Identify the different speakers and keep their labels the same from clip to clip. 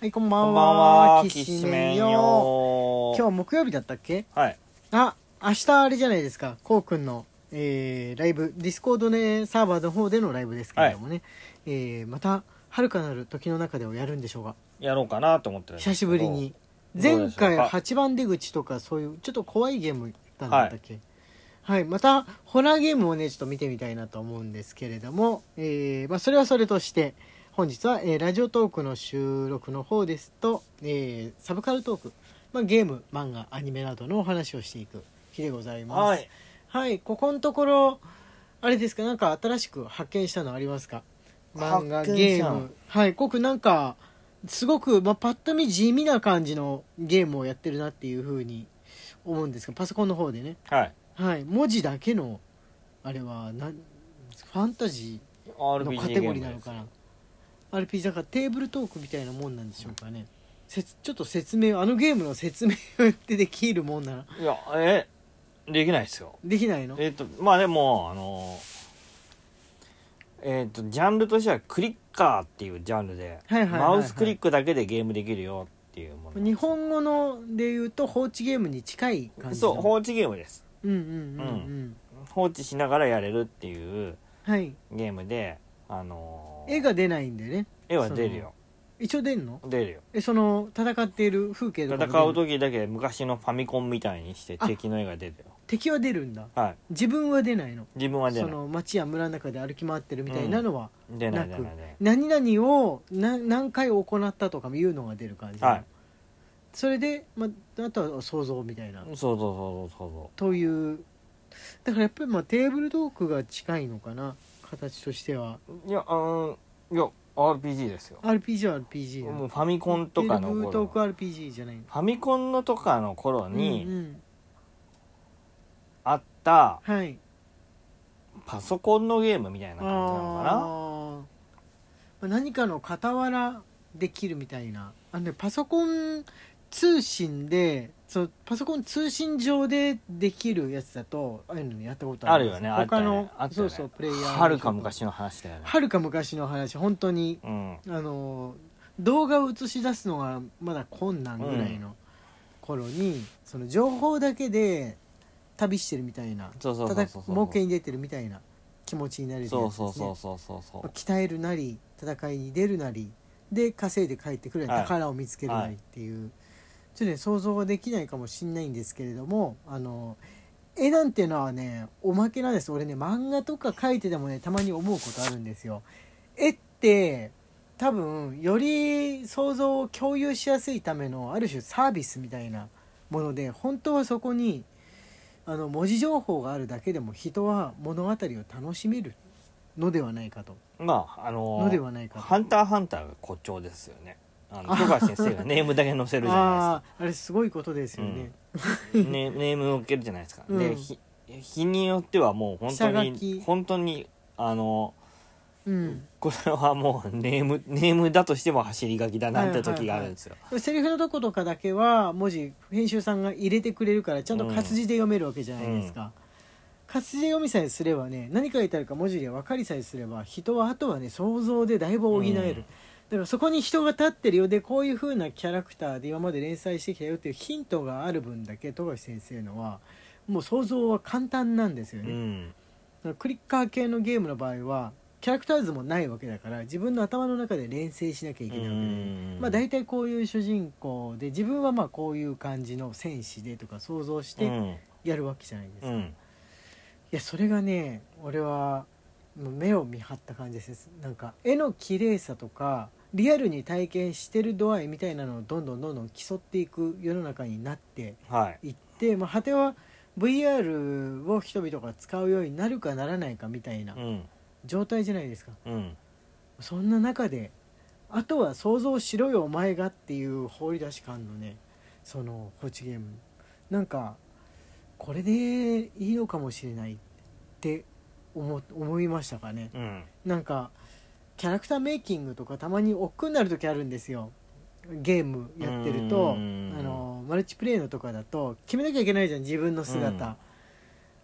Speaker 1: はい、こんば
Speaker 2: こ
Speaker 1: ん
Speaker 2: んばんは
Speaker 1: は。、
Speaker 2: き
Speaker 1: き
Speaker 2: し
Speaker 1: し
Speaker 2: め
Speaker 1: め
Speaker 2: ん
Speaker 1: んよ。
Speaker 2: よ。
Speaker 1: 今日木曜日だったっけ
Speaker 2: はい。
Speaker 1: あ、明日あれじゃないですか。こうくんの、えーライブ、ディスコードね、サーバーの方でのライブですけれどもね。えーまた、遥かなる時の中でをやるんでしょうが。
Speaker 2: やろうかなと思ってるんですけど
Speaker 1: 久しぶりに。
Speaker 2: どうでしょう
Speaker 1: 前回
Speaker 2: か
Speaker 1: 8番出口とかそういう、ちょっと怖いゲームだったっけ、はい、また、ホラーゲームをね、ちょっと見てみたいなと思うんですけれども、えーまあ、それはそれとして、本日は、えーラジオトークの収録の方ですと、えーサブカルトーク、まあ、ゲーム、漫画、アニメなどのお話をしていく日でございます。
Speaker 2: はい。
Speaker 1: はい、ここのところあれですかなんか新しく発見したのありますか漫画
Speaker 2: 発
Speaker 1: ゲ
Speaker 2: 見した
Speaker 1: ー
Speaker 2: の
Speaker 1: ムはい僕なんかすごく、まあ、パッと見地味な感じのゲームをやってるなっていうふうに思うんですがパソコンの方でね
Speaker 2: はい。
Speaker 1: はい文字だけのあれはなんファンタジー
Speaker 2: RPG
Speaker 1: の
Speaker 2: ゲーム
Speaker 1: カテゴリーなのかな RPG だからテーブルトークみたいなもんなんでしょうかねせつちょっと説明あのゲームの説明 ってできるもんなら
Speaker 2: いや、え、できないですよ。
Speaker 1: できないの
Speaker 2: えっと、まあでも、あの、えっと、ジャンルとしてはクリッカーっていうジャンルで、
Speaker 1: はいはいはいはい
Speaker 2: マウスクリックだけでゲームできるよっていうものなんです。
Speaker 1: 日本語ので言うと放置ゲームに近い感じ
Speaker 2: そう、放
Speaker 1: う
Speaker 2: 置ゲームです。
Speaker 1: うんうんうんうん、
Speaker 2: 放置しながらやれるっていう
Speaker 1: はい
Speaker 2: ゲームで、あの、
Speaker 1: 絵が出ないんだよね
Speaker 2: 絵は出るよ。
Speaker 1: 一応出んの
Speaker 2: 出るよ。
Speaker 1: えその戦っている風景とかも出る
Speaker 2: 戦う時だけ昔のファミコンみたいにして敵の絵が出てる
Speaker 1: 敵は出るんだ
Speaker 2: はい
Speaker 1: 自分は出ないの
Speaker 2: 自分は出
Speaker 1: そ
Speaker 2: ない
Speaker 1: の町や村の中で歩き回ってるみたいなのは、
Speaker 2: 出ない
Speaker 1: な
Speaker 2: 出
Speaker 1: く
Speaker 2: ない出ない
Speaker 1: 何々をな何回行ったとかいうのが出る感じなの、
Speaker 2: はい
Speaker 1: それで、まあとは想像みたいな、
Speaker 2: そうそうそうそうそ
Speaker 1: というだからやっぱりまあテーブルトークが近いのかな形としては
Speaker 2: うそういやあのいや RPG ですよ
Speaker 1: RPG は RPG なの
Speaker 2: もうファミコンとかの
Speaker 1: テレブート
Speaker 2: 頃
Speaker 1: ーク
Speaker 2: フ
Speaker 1: RPG じゃないの
Speaker 2: ァミコンのとかの頃
Speaker 1: うんう
Speaker 2: に
Speaker 1: ん
Speaker 2: あった
Speaker 1: はい
Speaker 2: パソコンのゲームみたいな感じなの
Speaker 1: あーまあ何かの傍らできるみたいなあの、ね、パソコン通信でそのパソコン通信上でできるやつだとああいうのやったこと
Speaker 2: かな
Speaker 1: あ
Speaker 2: あ
Speaker 1: る
Speaker 2: る
Speaker 1: んです
Speaker 2: よねあった
Speaker 1: 他
Speaker 2: よ
Speaker 1: の、
Speaker 2: ねあった
Speaker 1: そ
Speaker 2: よ
Speaker 1: う
Speaker 2: ね
Speaker 1: そうプレイヤー
Speaker 2: はるか昔の話だよね
Speaker 1: はるか昔の話本当に
Speaker 2: うん
Speaker 1: あの動画を映し出すのがまだ困難ぐらいの頃に、その情報だけで旅してるみたいな
Speaker 2: そうそう
Speaker 1: た
Speaker 2: そ
Speaker 1: だ
Speaker 2: うそうそう
Speaker 1: 儲けに出てるみたいな気持ちになれるやつ
Speaker 2: そう
Speaker 1: です、
Speaker 2: そ
Speaker 1: ね
Speaker 2: う、そうそうそうそう
Speaker 1: 鍛えるなり戦いに出るなりで稼いで帰ってくるなり
Speaker 2: はい
Speaker 1: 宝を見つけるな
Speaker 2: はい
Speaker 1: りっていう、ちょっとね想像ができないかもしんないんですけれどもあの絵なんてのはねおまけなんです俺ね漫画とか描いててもねたまに思うことあるんですよ。絵って多分より想像を共有しやすいためのある種サービスみたいなもので本当はそこにあの文字情報があるだけでも人は物語を楽しめるのではないかと
Speaker 2: まああの
Speaker 1: のではないかと
Speaker 2: ハンターハンター」が誇張ですよねあの富樫先生がネームだけ載せるじゃないですか
Speaker 1: ああーあれすごいことですよね、
Speaker 2: ね、ネームを受けるじゃないですか、
Speaker 1: うん
Speaker 2: でひ日によってはもう本当
Speaker 1: 下書き
Speaker 2: に本当にあの
Speaker 1: うん
Speaker 2: これはもうネームネームだとしても走り書きだなって時があるんですよ、
Speaker 1: セリフのとことかだけは文字編集さんが入れてくれるからちゃんと活字で読めるわけじゃないですか、活字で読みさえすればね何書いてあるか文字で分かりさえすれば人はあとはね想像でだいぶ補える、
Speaker 2: う
Speaker 1: だ
Speaker 2: ん
Speaker 1: からそこに人が立ってるよでこういう風なキャラクターで今まで連載してきたよっていうヒントがある分だけ富樫先生のはもう想像は簡単なんですよ
Speaker 2: う
Speaker 1: ね、
Speaker 2: ん
Speaker 1: クリッカー系のゲームの場合はキャラクター図もないわけだから自分の頭の中で連成しなきゃいけないわけで、
Speaker 2: うん
Speaker 1: まあ、大体こういう主人公で自分はまあこういう感じの戦士でとか想像し
Speaker 2: う
Speaker 1: て
Speaker 2: ん
Speaker 1: やるわけじゃないですか、
Speaker 2: う
Speaker 1: い
Speaker 2: ん
Speaker 1: やそれがね俺はもう目を見張った感じですなんか絵の綺麗さとかリアルに体験してる度合いみたいなのをどんどんどんどん競っていく世の中になって
Speaker 2: はい
Speaker 1: 行って、まあ、果ては VR を人々が使うようになるかならないかみたいな
Speaker 2: うん
Speaker 1: 状態じゃないですか
Speaker 2: うん
Speaker 1: そんな中であとは想像しろよお前がっていう放り出し感のねその放置ゲームなんかこれでいいのかもしれないって思思いましたかね
Speaker 2: うん
Speaker 1: なんかキャラクターメイキングとかたまに億劫になる時あるんですよゲームやってると
Speaker 2: うん
Speaker 1: あのマルチプレイのとかだと決めなきゃいけないじゃん自分の姿、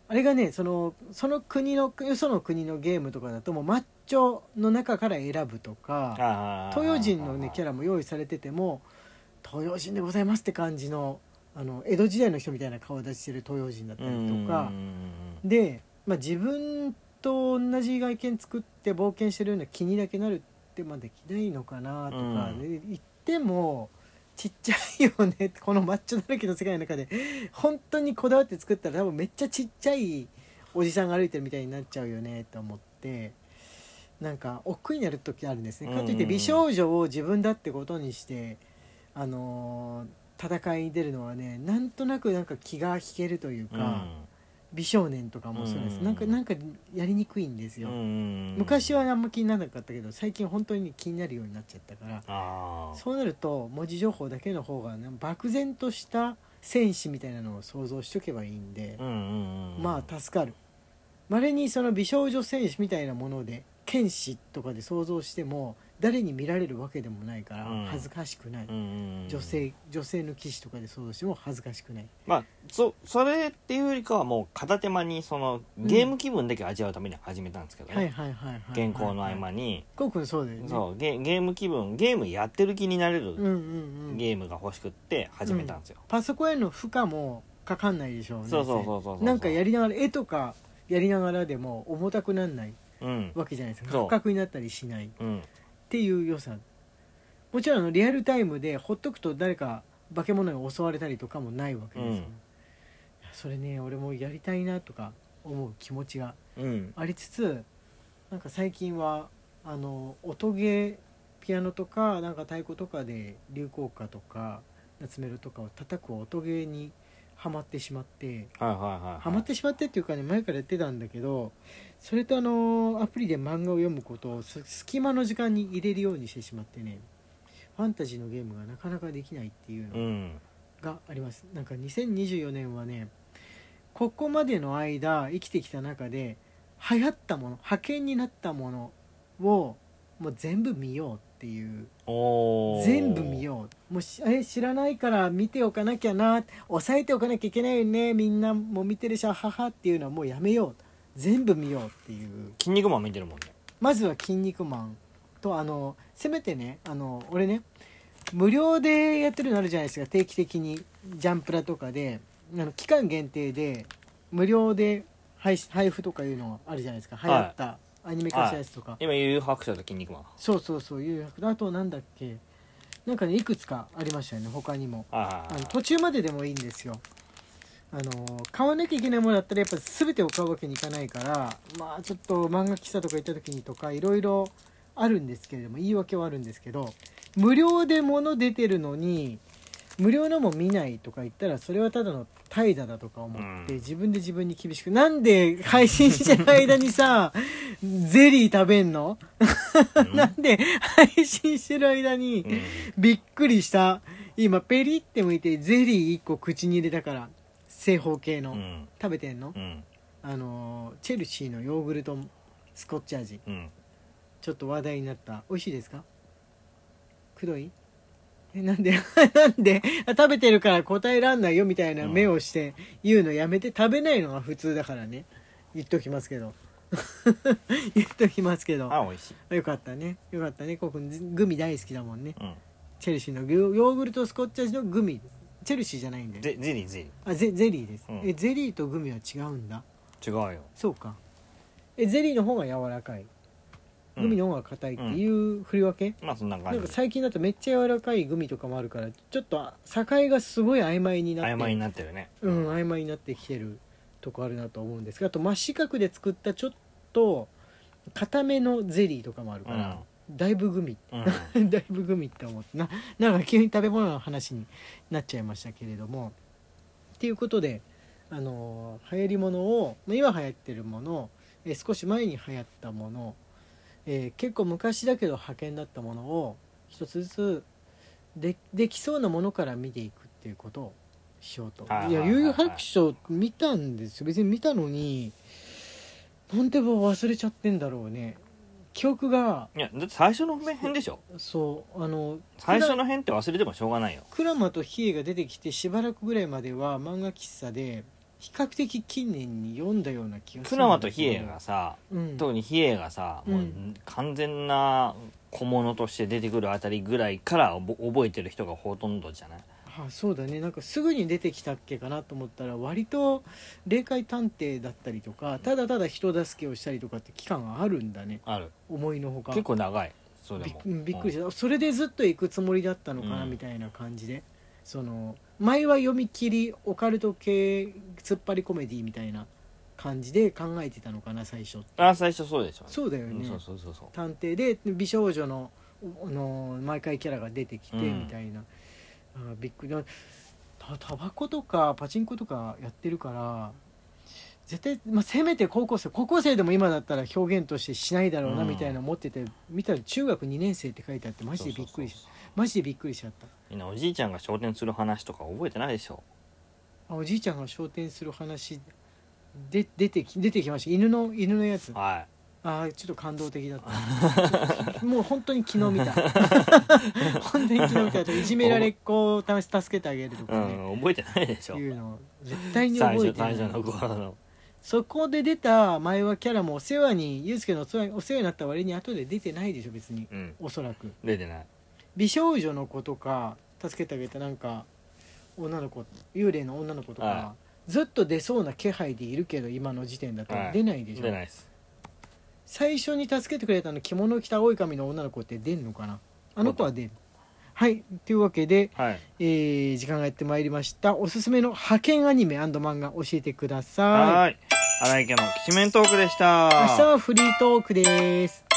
Speaker 1: あれがねそのその国のよその国のゲームとかだともうマッチョの中から選ぶとか
Speaker 2: あー
Speaker 1: 東洋人のねキャ
Speaker 2: ラ
Speaker 1: ラも用意されてても東洋人でございますって感じのあの江戸時代の人みたいな顔立ちしてる東洋人だったりとか。で、まあ、自分と同じ外見作って冒険してるような気にだけなるってまあできないのかなとか、
Speaker 2: うん
Speaker 1: で言ってもちっちゃいよねこのマッチョだらけの世界の中で本当にこだわって作ったら多分めっちゃちっちゃいおじさんが歩いてるみたいになっちゃうよねと思って。なんか億劫になる時あるんですね。かといって
Speaker 2: うん
Speaker 1: 美少女を自分だってことにして、あのー戦いに出るのはねなんとなくなんか気が引けるというか、美少年とかもそうです、
Speaker 2: うん
Speaker 1: なんかなんかやりにくいんですよ、昔
Speaker 2: は
Speaker 1: はあんま気にならなかったけど最近本当に気になるようになっちゃったから
Speaker 2: あー
Speaker 1: そうなると文字情報だけの方がね漠然とした戦士みたいなのを想像しとけばいいんで
Speaker 2: う、んうんうん
Speaker 1: まあ助かるまれにその美少女戦士みたいなもので剣士とかで想像しても誰に見られるわけでもないから
Speaker 2: うん
Speaker 1: 恥ずかしくない、
Speaker 2: うんうんうん
Speaker 1: 女性女性の騎士とかで想像しても恥ずかしくない
Speaker 2: まあそそれっていうよりかはもう片手間にそのゲーム気分だけ味わうために始めたんですけどね、
Speaker 1: はいはいはいはいはい
Speaker 2: 原稿の合間に、
Speaker 1: こうくんそうだよね
Speaker 2: そうゲゲーム気分ゲームやってる気になれ
Speaker 1: うんう
Speaker 2: る
Speaker 1: んうん
Speaker 2: ゲームが欲しくって始めたんですよ、
Speaker 1: パソコンへの負荷もかかんないでしょうね
Speaker 2: そうそうそうそうそう
Speaker 1: なんかやりながら絵とかやりながらでも重たくなんない
Speaker 2: うん、
Speaker 1: わけじゃないですか
Speaker 2: そう
Speaker 1: 不覚になったりしないっ
Speaker 2: うん、
Speaker 1: ていう良さもちろんあのリアルタイムでほっとくと誰か化け物に襲われたりとかもないわけですよ、
Speaker 2: うん
Speaker 1: いやそれね俺もやりたいなとか思う気持ちが
Speaker 2: うん
Speaker 1: ありつつなんか最近はあの音ゲーピアノとかなんか太鼓とかで流行歌とか夏メロとかを叩く音ゲーにはまってしまって
Speaker 2: はいはいはいはい
Speaker 1: はまってしまってっていうかね前からやってたんだけどそれとあのアプリで漫画を読むことをす隙間の時間に入れるようにしてしまってねファンタジーのゲームがなかなかできないっていうの
Speaker 2: うん
Speaker 1: がありますなんか2024年はねここまでの間生きてきた中で流行ったもの派遣になったものをもう全部見ようっていう
Speaker 2: おー
Speaker 1: 全部見ようもうしえ知らないから見ておかなきゃな押さえておかなきゃいけないよねみんなも見てるしははっていうのはもうやめよう全部見ようっていう
Speaker 2: 筋肉マン見てるもんね
Speaker 1: まずは「筋肉マン」とあのせめてねあの俺ね無料でやってるのあるじゃないですか定期的にジャンプラとかであの期間限定で無料で配信配布とかいうのあるじゃないですか流行ったアニメ化したやつとか、
Speaker 2: 今有白書と筋肉マン
Speaker 1: そうそうそういう役あとなんだっけなんかねいくつかありましたよね他にも
Speaker 2: あ
Speaker 1: あ
Speaker 2: あ
Speaker 1: の途中まででもいいんですよあの買わなきゃいけないものだったらやっぱ全てを買うわけにいかないからまあちょっと漫画喫茶とか行った時にとかいろいろあるんですけれども言い訳はあるんですけど無料で物出てるのに無料のも見ないとか言ったらそれはただの怠惰だとか思って
Speaker 2: うん
Speaker 1: 自分で自分に厳しくなんで配信してる間に さゼリー食べんの なんで配信してる間に
Speaker 2: うん
Speaker 1: びっくりした今ペリって向いてゼリー1個口に入れたから正方形の、
Speaker 2: うん
Speaker 1: 食べてんの、
Speaker 2: うん
Speaker 1: あのーチェルシーのヨーグルトスコッチ味
Speaker 2: うん
Speaker 1: ちょっと話題になった美味しいですかくどいえなんで なんであ食べてるから答えらんないよみたいな目をして言うのやめて食べないのが普通だからね言っときますけど 言っときますけど
Speaker 2: あ美味しい
Speaker 1: よかったねよかったねこうくんグミ大好きだもんね
Speaker 2: うん
Speaker 1: チェルシーのヨヨーグルトスコッチ味のグミチェルシーじゃないんで
Speaker 2: ゼゼリーゼリ
Speaker 1: あゼゼリーです、
Speaker 2: うん
Speaker 1: えゼリーとグミは違うんだ
Speaker 2: ー違うよ
Speaker 1: そうかえゼリーの方が柔らかい
Speaker 2: うん
Speaker 1: グミの方が硬いっていう振り分け、
Speaker 2: まあそんな
Speaker 1: なん
Speaker 2: 感
Speaker 1: か
Speaker 2: じ
Speaker 1: 最近だとめっちゃ柔らかいグミとかもあるからちょっとあ境がすごい曖昧になって
Speaker 2: 曖昧になってるね
Speaker 1: うん、曖昧になってきてるとこあるなと思うんですがあと真四角で作ったちょっと固めのゼリーとかもあるから、だいぶグミ
Speaker 2: う ん
Speaker 1: だいぶグミって思ってななんか急に食べ物の話になっちゃいましたけれどもっていうことであのー流行りものをまあ今流行ってるものえー少し前に流行ったもの、えー結構昔だけど派遣だったものを一つずつでできそうなものから見ていくっていうことをしようと
Speaker 2: はいはい
Speaker 1: い
Speaker 2: はい
Speaker 1: や
Speaker 2: はい
Speaker 1: 悠々白書見たんですよ別に見たのになんでも忘れちゃってんだろうね記憶が
Speaker 2: いやだって最初の辺でしょ
Speaker 1: そうあの
Speaker 2: 最初の辺って忘れてもしょうがないよ
Speaker 1: クラマとヒエが出てきてしばらくぐらいまでは漫画喫茶で比較的近年に読んだような気がす
Speaker 2: ク
Speaker 1: る
Speaker 2: ラマとヒエがさ、
Speaker 1: うん
Speaker 2: 特にヒエがさ、も
Speaker 1: う
Speaker 2: うん完全な小物として出てくるあたりぐらいから覚覚えてる人がほとんどじゃない
Speaker 1: あそうだねなんかすぐに出てきたっけかなと思ったら割と霊界探偵だったりとかただただ人助けをしたりとかって期間があるんだね
Speaker 2: ある
Speaker 1: 思いのほか
Speaker 2: 結構長いそれ
Speaker 1: びっ
Speaker 2: も
Speaker 1: うんびっくり
Speaker 2: し
Speaker 1: したそれでずっと行くつもりだったのかな
Speaker 2: うん
Speaker 1: みたいな感じで、その前は読み切りオカルト系突っ張りコメディみたいな感じで考えてたのかな最初って
Speaker 2: あ最初そうでしょ
Speaker 1: そうだよ
Speaker 2: う
Speaker 1: ね、
Speaker 2: んそうそうそうそう
Speaker 1: 探偵で美少女のおあの毎回キャラが出てきて
Speaker 2: うん
Speaker 1: みたいな、あびっくりだたタバコとかパチンコとかやってるから絶対、まあ、せめて高校生高校生でも今だったら表現としてしないだろうな
Speaker 2: うん
Speaker 1: みたいな思ってて、見たら中学2年生って書いてあってマジでびっくりし
Speaker 2: そうそうそう
Speaker 1: マジでびっくりしちゃった
Speaker 2: みんなおじいちゃんが昇天する話とか覚えてないでしょ
Speaker 1: あおじいちゃんが昇天する話で出てき出てきました犬の犬のやつ
Speaker 2: は
Speaker 1: ああちょっと感動的だったもう本当に昨日見 た本当に昨日見たあといじめられっ子をた助けてあげると
Speaker 2: い、う
Speaker 1: かね、
Speaker 2: ん、覚えてないでしょ
Speaker 1: いうのを絶対に
Speaker 2: 最
Speaker 1: 覚え
Speaker 2: 初
Speaker 1: てな
Speaker 2: 最初の
Speaker 1: い
Speaker 2: 頃の
Speaker 1: そこで出た前はキャラもお世話にユースケのお世話にお世話になった割に後で出てないでしょ別に
Speaker 2: うん
Speaker 1: おそらく
Speaker 2: 出てない
Speaker 1: 美少女の子とか助けてあげたなんか女の子幽霊の女の子とか、
Speaker 2: は
Speaker 1: ずっと出そうな気配でいるけど今の時点だと
Speaker 2: はい
Speaker 1: 出ないでしょ、
Speaker 2: 出ないです
Speaker 1: 最初に助けてくれたあの着物を着た青い髪の女の子って出んのかなあの子は出るはいというわけで、
Speaker 2: はい
Speaker 1: えー時間がやってまいりましたおすすめの派遣アニメ漫画教えてくださ
Speaker 2: はーい荒井家のきしめんトークで
Speaker 1: い
Speaker 2: し
Speaker 1: 明
Speaker 2: た
Speaker 1: 日はフリートークです